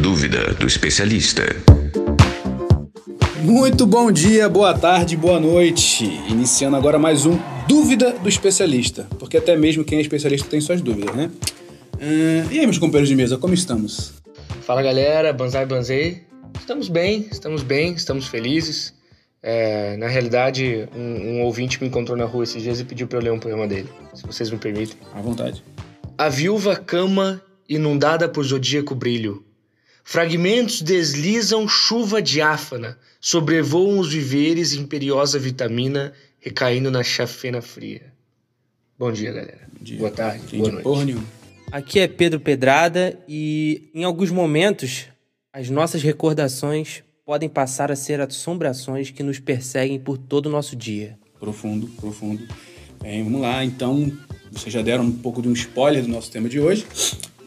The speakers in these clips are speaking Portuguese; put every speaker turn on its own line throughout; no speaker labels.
Dúvida do especialista.
Muito bom dia, boa tarde, boa noite. Iniciando agora mais um Dúvida do Especialista. Porque até mesmo quem é especialista tem suas dúvidas, né? Ah, e aí, meus companheiros de mesa, como estamos?
Fala galera, Banzai Banzei. Estamos bem, estamos bem, estamos felizes. É, na realidade, um, um ouvinte me encontrou na rua esses dias e pediu para eu ler um poema dele, se vocês me permitem.
À vontade.
A viúva cama inundada por zodíaco brilho. Fragmentos deslizam chuva diáfana, sobrevoam os viveres imperiosa vitamina recaindo na chafena fria. Bom dia, galera.
dia.
Boa tarde,
Entendi
boa noite.
porra nenhuma.
Aqui é Pedro Pedrada e em alguns momentos as nossas recordações podem passar a ser assombrações que nos perseguem por todo o nosso dia.
Profundo, profundo. Bem, vamos lá, então, vocês já deram um pouco de um spoiler do nosso tema de hoje.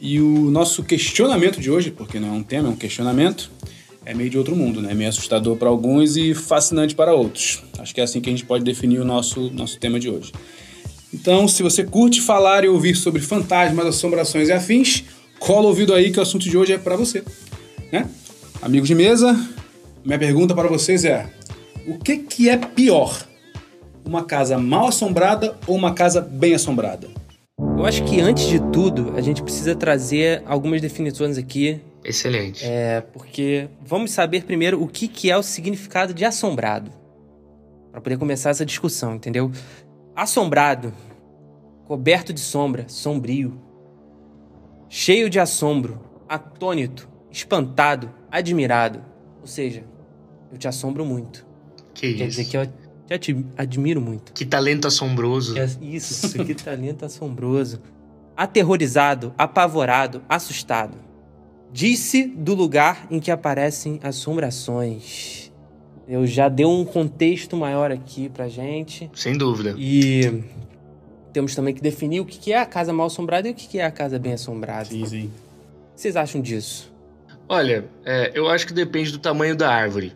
E o nosso questionamento de hoje, porque não é um tema, é um questionamento, é meio de outro mundo, né? Meio assustador para alguns e fascinante para outros. Acho que é assim que a gente pode definir o nosso, nosso tema de hoje. Então, se você curte falar e ouvir sobre fantasmas, assombrações e afins, cola o ouvido aí que o assunto de hoje é para você, né? Amigos de mesa, minha pergunta para vocês é: o que que é pior? Uma casa mal assombrada ou uma casa bem assombrada?
Eu acho que antes de tudo a gente precisa trazer algumas definições aqui,
Excelente.
é, porque vamos saber primeiro o que, que é o significado de assombrado, para poder começar essa discussão, entendeu? Assombrado, coberto de sombra, sombrio, cheio de assombro, atônito, espantado, admirado. Ou seja, eu te assombro muito.
que
Quer
isso.
dizer que eu te ati- admiro muito.
Que talento assombroso.
Que as- Isso, que talento assombroso. Aterrorizado, apavorado, assustado. Disse do lugar em que aparecem assombrações. Eu já dei um contexto maior aqui pra gente.
Sem dúvida.
E temos também que definir o que que é a casa mal assombrada e o que que é a casa bem assombrada.
sim.
O que vocês acham disso?
Olha, é, eu acho que depende do tamanho da árvore.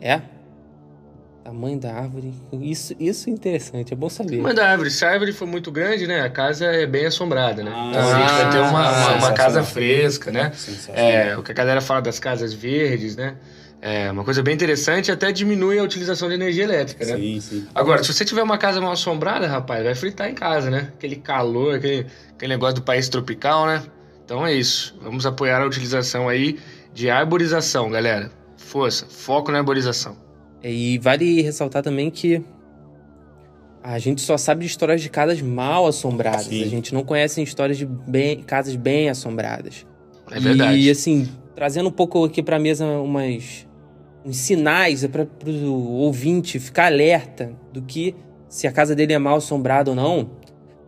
É? Tamanho da árvore. Isso, isso é interessante, é bom saber.
Tamanho da árvore. Se a árvore for muito grande, né? A casa é bem assombrada, né?
Ah,
então a gente vai ter uma, uma- uma
sensacional.
casa fresca, né? É, o que a galera fala das casas verdes, né? É uma coisa bem interessante, até diminui a utilização de energia
É.
elétrica, né?
Sim, sim.
Agora, se você tiver uma casa mal assombrada, rapaz, vai fritar em casa, né? Aquele calor, aquele, aquele negócio do país tropical, né? Então é isso. Vamos apoiar a utilização aí de arborização, galera. Força, foco na arborização.
É, E vale ressaltar também que a gente só sabe de histórias de casas mal assombradas.
Sim.
A gente não conhece histórias de bem- casas bem assombradas.
É verdade.
E assim, trazendo um pouco aqui pra mesa umas uns sinais para o ouvinte ficar alerta do que se a casa dele é mal assombrada ou não.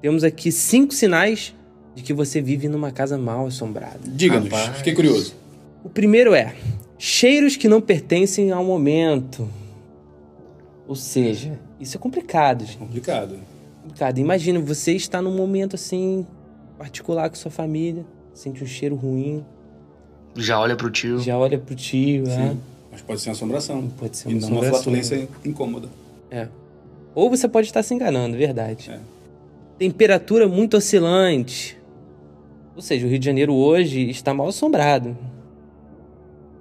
Temos aqui cinco sinais de que você vive numa casa mal assombrada.
Diga-nos,
Rapaz.
fiquei curioso.
O primeiro é cheiros que não pertencem ao momento. Ou seja, isso é complicado, gente.
Complicado.
Complicado. Imagina, você está num momento assim, particular com sua família, sente um cheiro ruim,
Já olha pro tio.
já olha pro tio, é.
Sim. Mas pode ser uma assombração.
Pode ser
E
uma
não é uma
assombração.
flatulência incômoda.
É. Ou você pode estar se enganando, verdade.
É.
Temperatura muito oscilante. Ou seja, o Rio de Janeiro hoje está mal assombrado.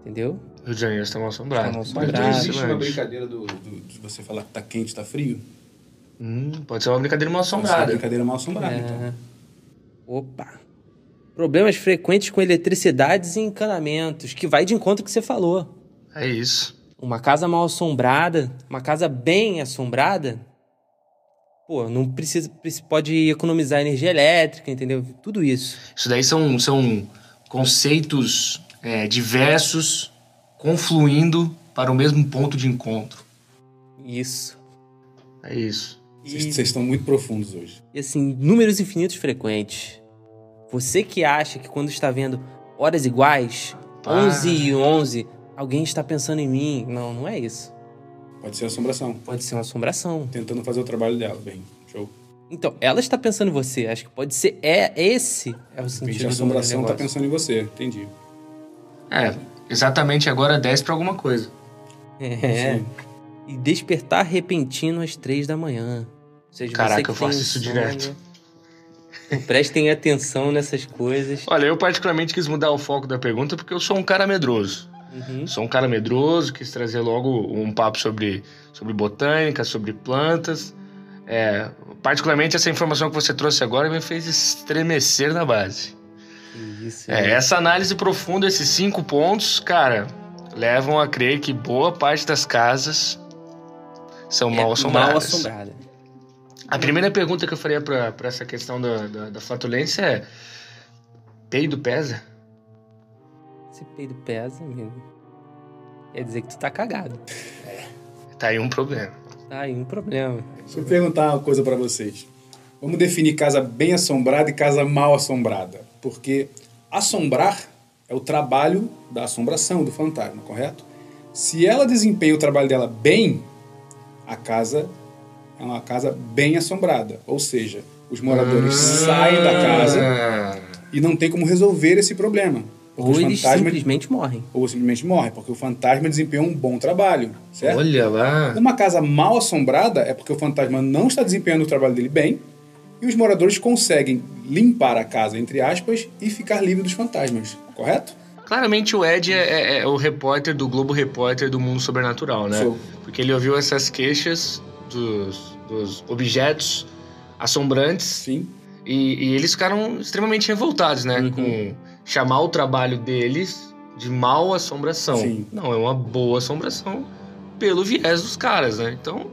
Entendeu?
Rio de Janeiro está mal assombrado.
Tá mal
Mas
assombrado.
não
Bravo.
existe uma brincadeira do, do- de você falar que tá quente, tá frio?
Hum, pode ser uma brincadeira mal
Pode ser uma
assombrada.
brincadeira mal assombrada, então.
É. Opa. Problemas frequentes com eletricidades e encanamentos, que vai de encontro que você falou.
É isso.
Uma casa mal assombrada, uma casa bem assombrada, pô, não precisa, preci- pode economizar energia elétrica, entendeu? Tudo isso.
Isso daí são, são conceitos é, diversos confluindo para o mesmo ponto de encontro.
Isso.
É isso.
Vocês vocês estão muito profundos hoje.
E assim, números infinitos frequentes. Você que acha que quando está vendo horas iguais,
Ah.
11 e 11, alguém está pensando em mim. Não, não é isso.
Pode ser assombração.
Pode ser uma assombração.
Tentando fazer o trabalho dela. Bem, show.
Então, ela está pensando em você. Acho que pode ser é esse é o
De repente
sentido
a
do
assombração tá
negócio.
pensando em você. Entendi.
É, exatamente agora 10 para alguma coisa.
É.
Sim.
E despertar repentino às três da manhã. Ou seja,
Caraca,
você que
eu faço
tem
isso
insônia,
direto.
Então, prestem atenção nessas coisas.
Olha, eu particularmente quis mudar o foco da pergunta porque eu sou um cara medroso.
Uhum.
Sou um cara medroso, quis trazer logo um papo sobre, sobre botânica, sobre plantas. É, particularmente essa informação que você trouxe agora me fez estremecer na base.
Que Isso,
É,
né?
essa análise profunda, esses cinco pontos, cara, levam a crer que boa parte das casas são
É
mal assombradas.
Mal assombrada.
A primeira pergunta que eu faria pra, pra essa questão da, da, da flatulência é: peido pesa?
Esse peido pesa, amigo. Quer dizer que tu tá cagado.
Tá aí um problema.
Tá aí um problema.
Deixa eu perguntar uma coisa pra vocês. Vamos definir casa bem assombrada e casa mal assombrada. Porque assombrar é o trabalho da assombração, do fantasma, correto? Se ela desempenha o trabalho dela bem, a casa é uma casa bem assombrada. Ou seja, os moradores
Ah.
saem da casa
Ah,
e não tem como resolver esse problema. Porque
Ou
os
eles
fantasmas
simplesmente morrem.
ou simplesmente morrem, porque o fantasma desempenhou um bom trabalho, certo?
Olha lá.
Uma casa mal assombrada é porque o fantasma não está desempenhando o trabalho dele bem e os moradores conseguem limpar a casa, entre aspas, e ficar livre dos fantasmas, correto?
Claramente o Ed é, é- é o repórter do Globo Repórter do Mundo Sobrenatural, né?
Sou.
Porque ele ouviu essas queixas dos, dos objetos assombrantes
Sim.
e, e eles ficaram extremamente revoltados, né?
Uhum.
Com chamar o trabalho deles de mal assombração.
Sim.
Não, é uma boa assombração pelo viés dos caras, né? Então,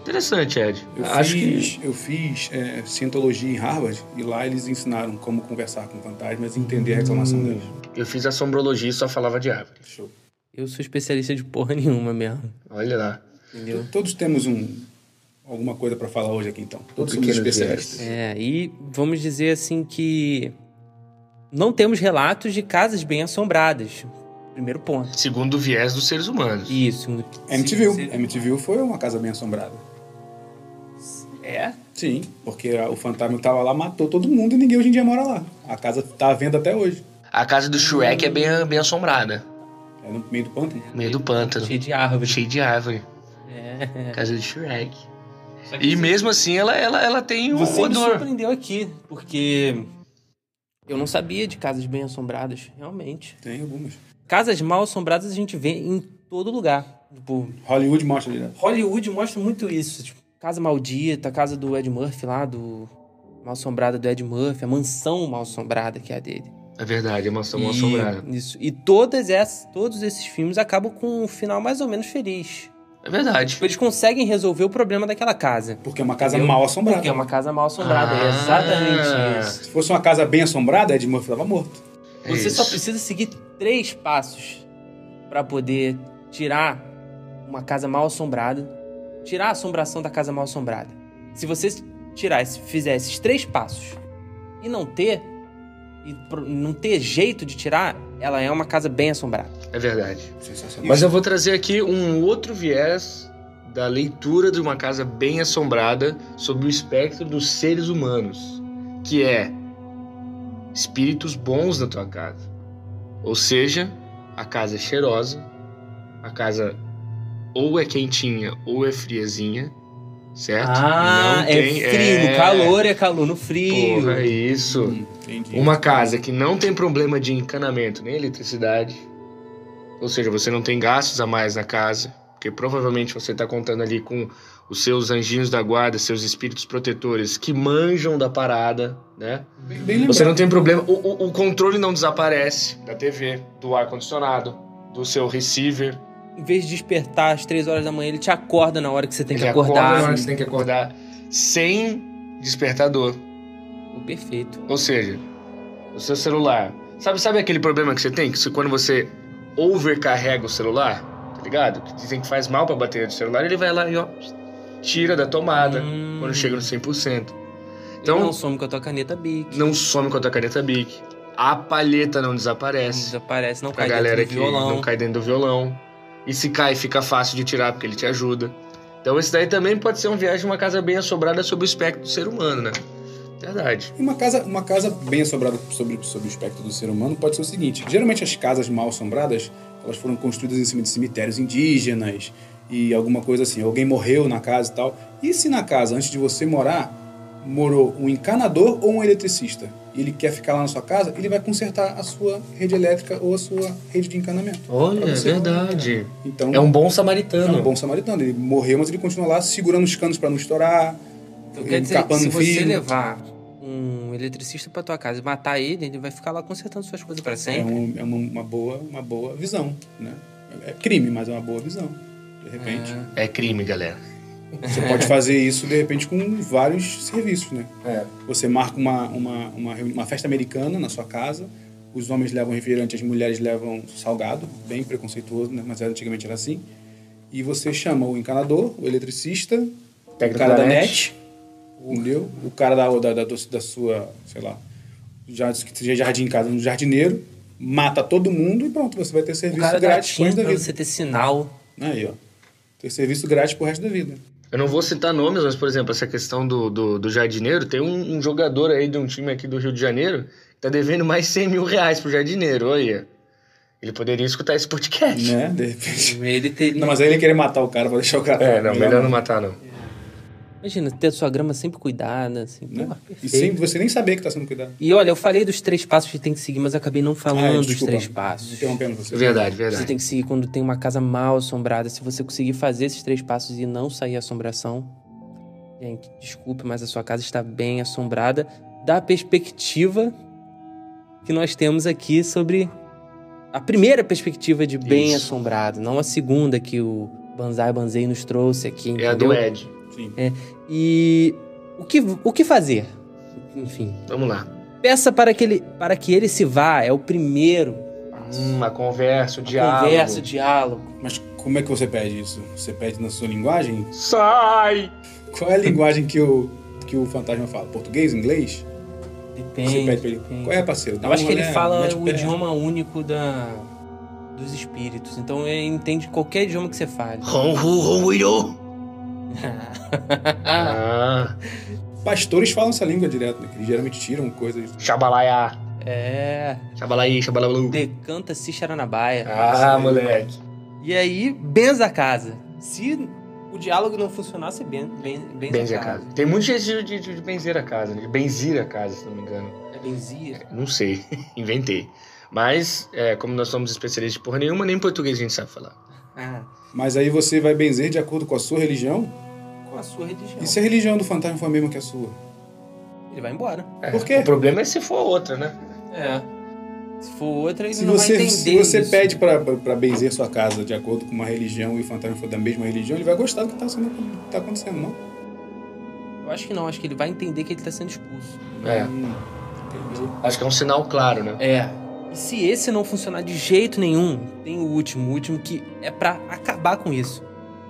interessante, Ed.
Eu
Acho que
fiz, eu fiz é, cientologia em Harvard e lá eles ensinaram como conversar com fantasmas e entender a
Hum.
reclamação deles.
eu fiz assombrologia e só falava de árvore.
Show.
Eu sou especialista de porra nenhuma mesmo.
Olha lá.
Entendeu?
Todos temos um alguma coisa para falar hoje aqui então. Todos somos
Pequenos
especialistas.
É, e vamos dizer assim que não temos relatos de casas bem assombradas. Primeiro ponto.
Segundo o viés dos seres humanos.
Isso.
MTV,
Sim, sim.
MTV foi uma casa bem assombrada.
É?
Sim, porque a- o fantasma que tava lá matou todo mundo e ninguém hoje em dia mora lá. A casa tá à venda até hoje.
A casa do Shrek é bem, bem assombrada.
É no meio do pântano.
No meio do pântano.
Cheio de árvores.
Cheio de árvore.
É.
Casa do Shrek.
Só que
E
você-
mesmo assim ela, ela, ela tem um
Você me
odor.
surpreendeu aqui, porque eu não sabia de casas bem assombradas, realmente.
Tem algumas.
Casas mal assombradas a gente vê em todo lugar. Tipo,
Hollywood mostra ali, né?
Hollywood mostra muito isso. Tipo, casa maldita, casa do Ed Murphy lá, do mal assombrada do Ed Murphy, a mansão mal assombrada que é a dele.
É verdade, é uma mansão mal
E-
assombrada.
Isso. E todas essas, todos esses filmes acabam com um final mais ou menos feliz.
É verdade.
Tipo, eles conseguem resolver o problema daquela casa.
Porque é uma casa
Entendeu?
mal assombrada.
Porque é uma casa mal assombrada, é
Ah.
exatamente isso.
Se fosse uma casa bem assombrada, Ed Murphy tava morto.
É
Você só
isso.
precisa seguir três passos pra poder tirar uma casa mal assombrada, tirar a assombração da casa mal assombrada. Se você tirar, esse- fizer esses três passos e não ter e pro- não ter jeito de tirar, ela é uma casa bem assombrada.
É verdade.
Sensacional.
Mas eu vou trazer aqui um outro viés da leitura de uma casa bem assombrada sobre o espectro dos seres humanos, que é espíritos bons na tua casa. Ou seja, a casa é cheirosa, a casa ou é quentinha ou é friazinha, certo?
Ah,
Não tem- é,
é calor no frio.
Porra, isso.
Hum, entendi.
Uma casa que não tem problema de encanamento nem eletricidade, ou seja, você não tem gastos a mais na casa, porque provavelmente você está contando ali com os seus anjinhos da guarda, seus espíritos protetores que manjam da parada, né?
Bem, bem
Você não
lembrado.
tem problema, o, o- o controle não desaparece da TV, do ar-condicionado, do seu receiver.
Em vez de despertar às três horas da manhã, ele te acorda na hora que você tem que
Ele
acordar.
Acorda, na hora que você tem que acordar sem despertador.
Pô, Perfeito.
Ou seja, o seu celular. Sabe, sabe aquele problema que você tem? Que se quando você overcarrega o celular, tá ligado? Que dizem que faz mal pra bateria do celular, ele vai lá e ó, tira da tomada
Hum.
quando chega no 100%.
Eu
Então,
não some com a tua caneta Bic.
não some com a tua caneta Bic. A palheta não desaparece.
Desaparece, não
Pra
cai
galera
dentro
que
do violão.
não cai dentro do violão. E se cai, fica fácil de tirar porque ele te ajuda. Então, esse daí também pode ser um viagem de uma casa bem assobrada sobre o espectro do ser humano, né? Verdade.
E Uma casa, uma casa bem assombrada sobre, sobre o espectro do ser humano pode ser o seguinte: geralmente as casas mal assombradas elas foram construídas em cima de cemitérios indígenas e alguma coisa assim. Alguém morreu na casa e tal. E se na casa, antes de você morar, morou um encanador ou um eletricista e ele quer ficar lá na sua casa, ele vai consertar a sua rede elétrica ou a sua rede de encanamento.
Olha,
Pra
é
você não-
verdade.
Então,
É um bom
é
samaritano.
um bom samaritano. Ele morreu, mas ele continua lá segurando os canos para não estourar,
Então quer dizer que
encapando
se
o fio.
você levar um eletricista pra tua casa e matar ele, ele vai ficar lá consertando suas coisas pra
É,
sempre.
um- é uma, uma boa, uma boa visão, né? É crime, mas é uma boa visão. De repente,
É crime, galera.
você pode fazer isso de repente com vários serviços, né?
É.
Você marca uma, uma, uma, reuni- uma festa americana na sua casa, os homens levam refrigerante, as mulheres levam salgado, bem preconceituoso, né? mas antigamente era assim. E você chama o encanador, o eletricista,
Técnico
o cara
da
da
net.
net, entendeu? O cara da, da, da, da sua, sei lá, já que seja jardim em casa, um jardineiro, mata todo mundo e pronto, você vai ter
O
serviço
cara dá
grátis pro
tinta
resto da
pra
vida.
você ter sinal.
Aí, ó. Ter serviço grátis pro resto da vida.
Eu não vou citar nomes, mas, por exemplo, essa questão do, do, do jardineiro, tem um, um jogador aí de um time aqui do Rio de Janeiro que tá devendo mais 100 mil reais pro jardineiro, olha. Ele poderia escutar esse podcast.
Né? De repente.
Ele ter...
Não, mas aí ele querer matar o cara, pra deixar o cara.
É, não, melhor não matar, não.
Imagina, ter sua grama sempre cuidada, assim.
né?
Porra,
E
perfeito.
sem você nem saber que tá sendo cuidado.
E olha, eu falei dos três passos que tem que seguir, mas acabei não falando
Ah,
dos
desculpa. um
três passos.
Interrompendo você.
Verdade,
Você
verdade.
tem que seguir quando tem uma casa mal assombrada. Se você conseguir fazer esses três passos e não sair assombração, gente, desculpe, mas a sua casa está bem assombrada da perspectiva que nós temos aqui sobre a primeira perspectiva de bem
Isso.
assombrado, não a segunda que o Banzai Banzei nos trouxe aqui.
É a
entendeu?
do Ed.
Sim.
E o que, o que fazer? Enfim,
Vamos lá.
peça para que ele, para que ele se vá, é o primeiro.
Uma Hum, conversa, o diálogo.
Conversa, o diálogo.
Mas como é que você pede isso? Você pede na sua linguagem?
Sai!
Qual é a linguagem que o, que o fantasma fala? Português? Inglês? você pede pra ele.
depende.
Qual é, parceiro? Dá
Eu acho
um
que ele
rolé,
fala
mete
o
pé."
idioma único da, dos espíritos. Então ele entende qualquer idioma que você fale.
Ron, ru, ron, uirô. Ah,
Pastores falam essa língua direto, né? Que Eles geralmente tiram coisas.
xabalaiá.
é.
Xabalaí, xabalalu.
Decanta-se Xaranabaia.
Ah, moleque.
E aí, benza a casa. Se o diálogo não funcionar, você ben, ben, benza,
Benzer
a
a
casa.
casa. Tem muito jeito de, de, de benzer a casa, né? de benzir a casa, se não me engano.
É benzia.
Não sei, inventei. Mas, é, como nós somos especialistas de porra nenhuma, nem português a gente sabe falar.
Ah,
Mas aí você vai benzer de acordo com a sua religião?
com a sua religião.
E se a religião do fantasma for a mesma que a sua?
Ele vai embora.
É,
Por quê?
O problema é se for outra, né?
É. Se for outra, ele
Se
não vai
você,
entender
se você
isso.
pede pra, pra, pra benzer sua casa de acordo com uma religião e o fantasma for da mesma religião, ele vai gostar do que tá, sendo, tá acontecendo, não?
Eu acho que não. Acho que ele vai entender que ele tá sendo expulso.
É,
Hum,
acho que é um sinal claro, né?
É. E se esse não funcionar de jeito nenhum, tem o último, o último que é pra acabar com isso.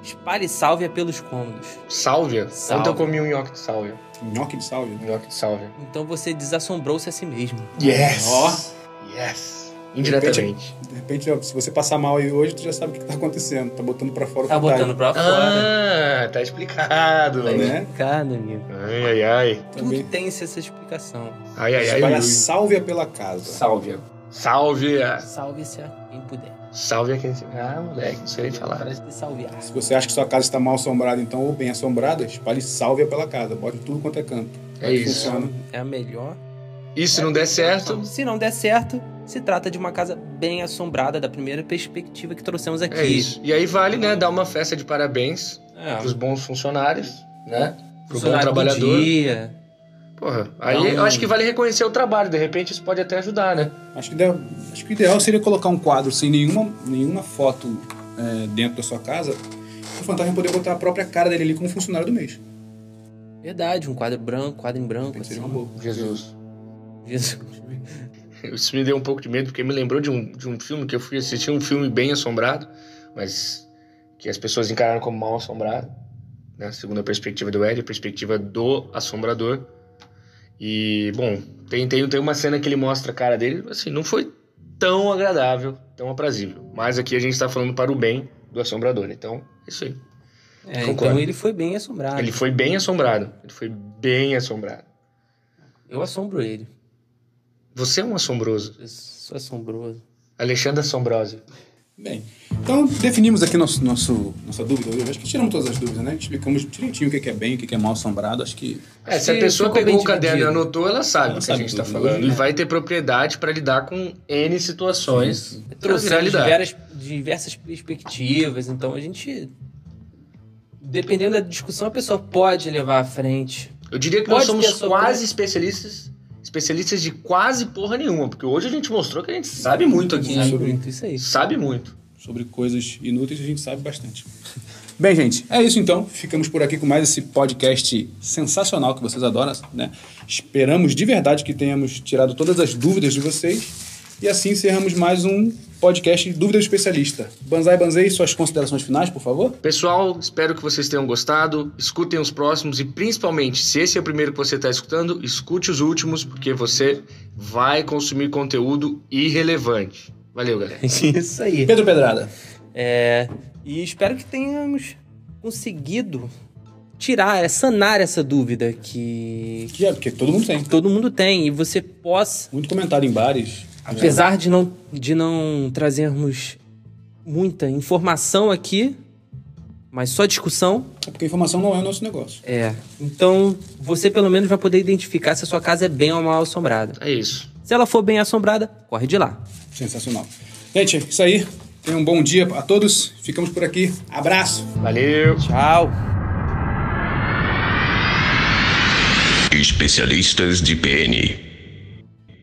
Espalhe sálvia pelos cômodos.
Sálvia.
Sálvia.
Ontem eu comi um nhoque de sálvia. Um
nhoque de salve.
Nhoque de sálvia.
Então você desassombrou-se a si mesmo.
Yes!
Ó.
Yes! Indiretamente.
De repente, ó, se você passar mal aí hoje, tu já sabe o que tá acontecendo. Tá botando pra fora o
Tá botando
fantasma.
pra fora.
Ah, tá explicado.
Tá
né?
explicado, amigo.
Ai, ai, ai.
Também.
Tudo tem essa explicação.
Ai, ai, ai.
Espalha
É, ui.
sálvia pela casa.
Sálvia. Sálvia.
Salve-se a quem puder.
Sálvia quem... Ah, moleque, não sei nem falar.
Para de salvear.
Se você acha que sua casa está mal assombrada, então, ou bem assombrada, espalhe sálvia pela casa. Bote tudo quanto é canto.
É isso.
Funciona.
É a melhor.
E se não der certo,
Se não der certo, se trata de uma casa bem assombrada da primeira perspectiva que trouxemos aqui.
é isso. Tá. E aí vale, né, dar uma festa de parabéns
É.
pros bons funcionários, né? Pro bom
Funcionário do
trabalhador.
dia.
Porra, aí
Então-
eu acho que vale reconhecer o trabalho, de repente isso pode até ajudar, né?
Acho que, ideal, acho que o ideal seria colocar um quadro sem nenhuma, nenhuma foto é, dentro da sua casa, o fantasma poder botar a própria cara dele ali como funcionário do mês.
Verdade, um quadro branco, quadro em branco.
Seria
Assim.
uma boa.
Jesus.
Jesus.
Isso me deu um pouco de medo, porque me lembrou de um, de um filme que eu fui assistir, um filme bem assombrado, mas que as pessoas encararam como mal assombrado, né? Segundo a perspectiva do Ed, a perspectiva do assombrador. E, bom, tem, tem, tem uma cena que ele mostra a cara dele, assim, não foi tão agradável, tão aprazível. Mas aqui a gente tá falando para o bem do assombrador, então é isso aí.
É,
Concordo.
então ele foi bem assombrado.
Ele foi bem assombrado, ele foi bem assombrado.
Eu assombro ele.
Você é um assombroso.
Eu sou assombroso.
Alexandre Assombrosa.
Bem, Então, definimos aqui nosso, nosso, nossa dúvida. Eu acho que tiramos todas as dúvidas, né? Explicamos direitinho o que é bem, o que é mal assombrado. Acho que
É, se a
Acho que
pessoa
ficou
pegou
bem
o caderno e
dividido.
anotou, ela sabe
Ela
o que a
sabe
gente está
tudo,
falando.
né?
E vai ter propriedade para lidar com N situações é da
trouxe
viralidade.
diversas, diversas perspectivas, então a gente. Dependendo da discussão, a pessoa pode levar à frente.
Eu diria que nós
Pode
somos
ter a sua
quase especialistas, especialistas de quase porra nenhuma, porque hoje a gente mostrou que a gente sabe muito aqui.
Sabe
sobre-
muito isso aí.
Sabe muito.
sobre coisas inúteis a gente sabe bastante. Bem, gente, é isso então. Ficamos por aqui com mais esse podcast sensacional que vocês adoram, né? Esperamos de verdade que tenhamos tirado todas as dúvidas de vocês e assim encerramos mais um podcast Dúvida do Especialista. Banzai Banzei, suas considerações finais, por favor.
Pessoal, espero que vocês tenham gostado. Escutem os próximos e, principalmente, se esse é o primeiro que você está escutando, escute os últimos, porque você vai consumir conteúdo irrelevante. Valeu, galera.
Isso aí.
Pedro Pedrada.
É, e espero que tenhamos conseguido tirar, é, sanar essa dúvida que
Que é, porque todo mundo tem.
todo mundo tem e você possa
Muito comentário em bares.
Apesar de não, de não trazermos muita informação aqui, mas só discussão,
É porque informação não é o nosso negócio.
é. Então você pelo menos vai poder identificar se a sua casa é bem ou mal assombrada.
É isso.
Se ela for bem assombrada, corre de lá.
Sensacional. Gente, é isso aí. Tenham um bom dia a todos. Ficamos por aqui. Abraço.
Valeu.
Tchau!
Especialistas de PN.